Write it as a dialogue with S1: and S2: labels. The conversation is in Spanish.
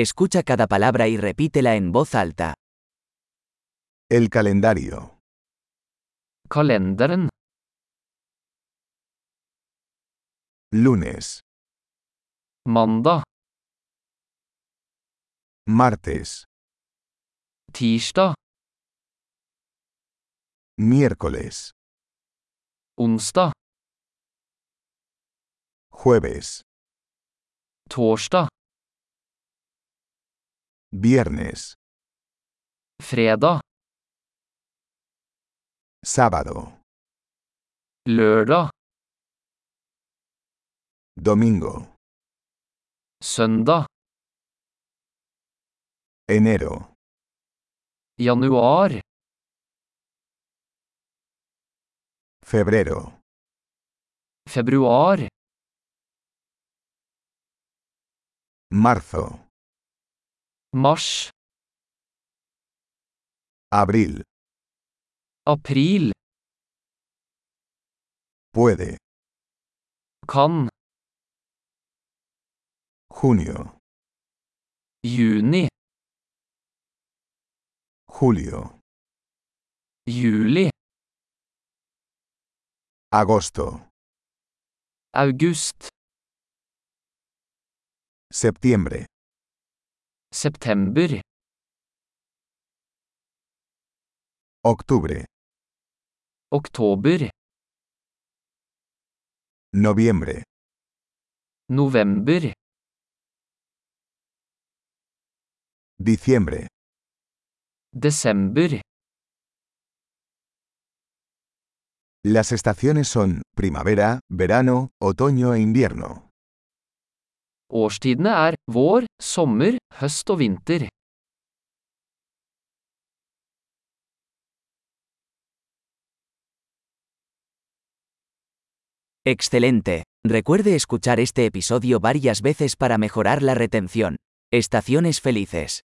S1: Escucha cada palabra y repítela en voz alta.
S2: El calendario.
S3: Kalenderen.
S2: Lunes,
S3: Mandag.
S2: martes,
S3: Tirsdag.
S2: miércoles,
S3: Onsdag.
S2: jueves,
S3: Torsdag.
S2: viernes,
S3: Fredag.
S2: sábado,
S3: Lørdag.
S2: domingo,
S3: Søndag.
S2: enero,
S3: Januar.
S2: febrero,
S3: Februar.
S2: marzo,
S3: Mars.
S2: abril,
S3: April.
S2: puede,
S3: Kan.
S2: junio,
S3: Juni.
S2: julio,
S3: Juli.
S2: agosto,
S3: August.
S2: septiembre,
S3: September.
S2: octubre,
S3: Oktober.
S2: noviembre,
S3: November.
S2: diciembre,
S3: Desember.
S2: las estaciones son primavera, verano, otoño e invierno.
S3: Årstidene er vår, sommer, høst og vinter.
S1: Excelente. Recuerde escuchar este episodio varias veces para mejorar la retención. Estaciones felices.